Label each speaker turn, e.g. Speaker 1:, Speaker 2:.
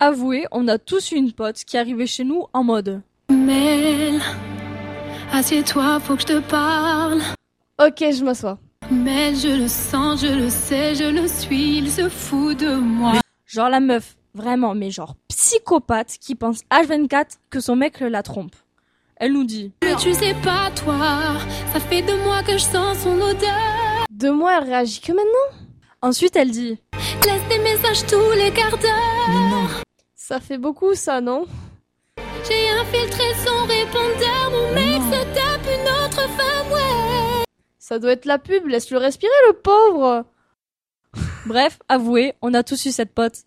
Speaker 1: avouer, on a tous eu une pote qui arrivait chez nous en mode
Speaker 2: Mel, assieds-toi, faut que je te parle.
Speaker 3: Ok, je m'assois.
Speaker 2: Mel, je le sens, je le sais, je le suis, il se fout de moi.
Speaker 1: genre la meuf, vraiment, mais genre psychopathe qui pense H24 que son mec la trompe. Elle nous dit
Speaker 2: Mais tu sais pas, toi, ça fait deux mois que je sens son odeur.
Speaker 3: De moi, elle réagit que maintenant.
Speaker 1: Ensuite, elle dit
Speaker 2: Laisse des messages tous les quarts d'heure.
Speaker 4: Mais non.
Speaker 3: Ça fait beaucoup, ça, non
Speaker 2: J'ai infiltré son répondeur, mon
Speaker 4: Mais
Speaker 2: mec
Speaker 4: non.
Speaker 2: se tape une autre femme, ouais.
Speaker 3: Ça doit être la pub, laisse-le respirer, le pauvre
Speaker 1: Bref, avouez, on a tous eu cette pote